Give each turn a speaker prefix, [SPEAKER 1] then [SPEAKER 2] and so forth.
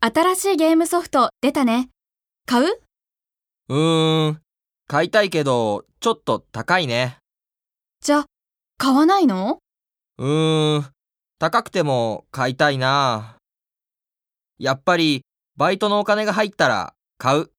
[SPEAKER 1] 新しいゲームソフト出たね。買う
[SPEAKER 2] うーん。買いたいけど、ちょっと高いね。
[SPEAKER 1] じゃ、買わないの
[SPEAKER 2] うーん。高くても買いたいな。やっぱり、バイトのお金が入ったら買う。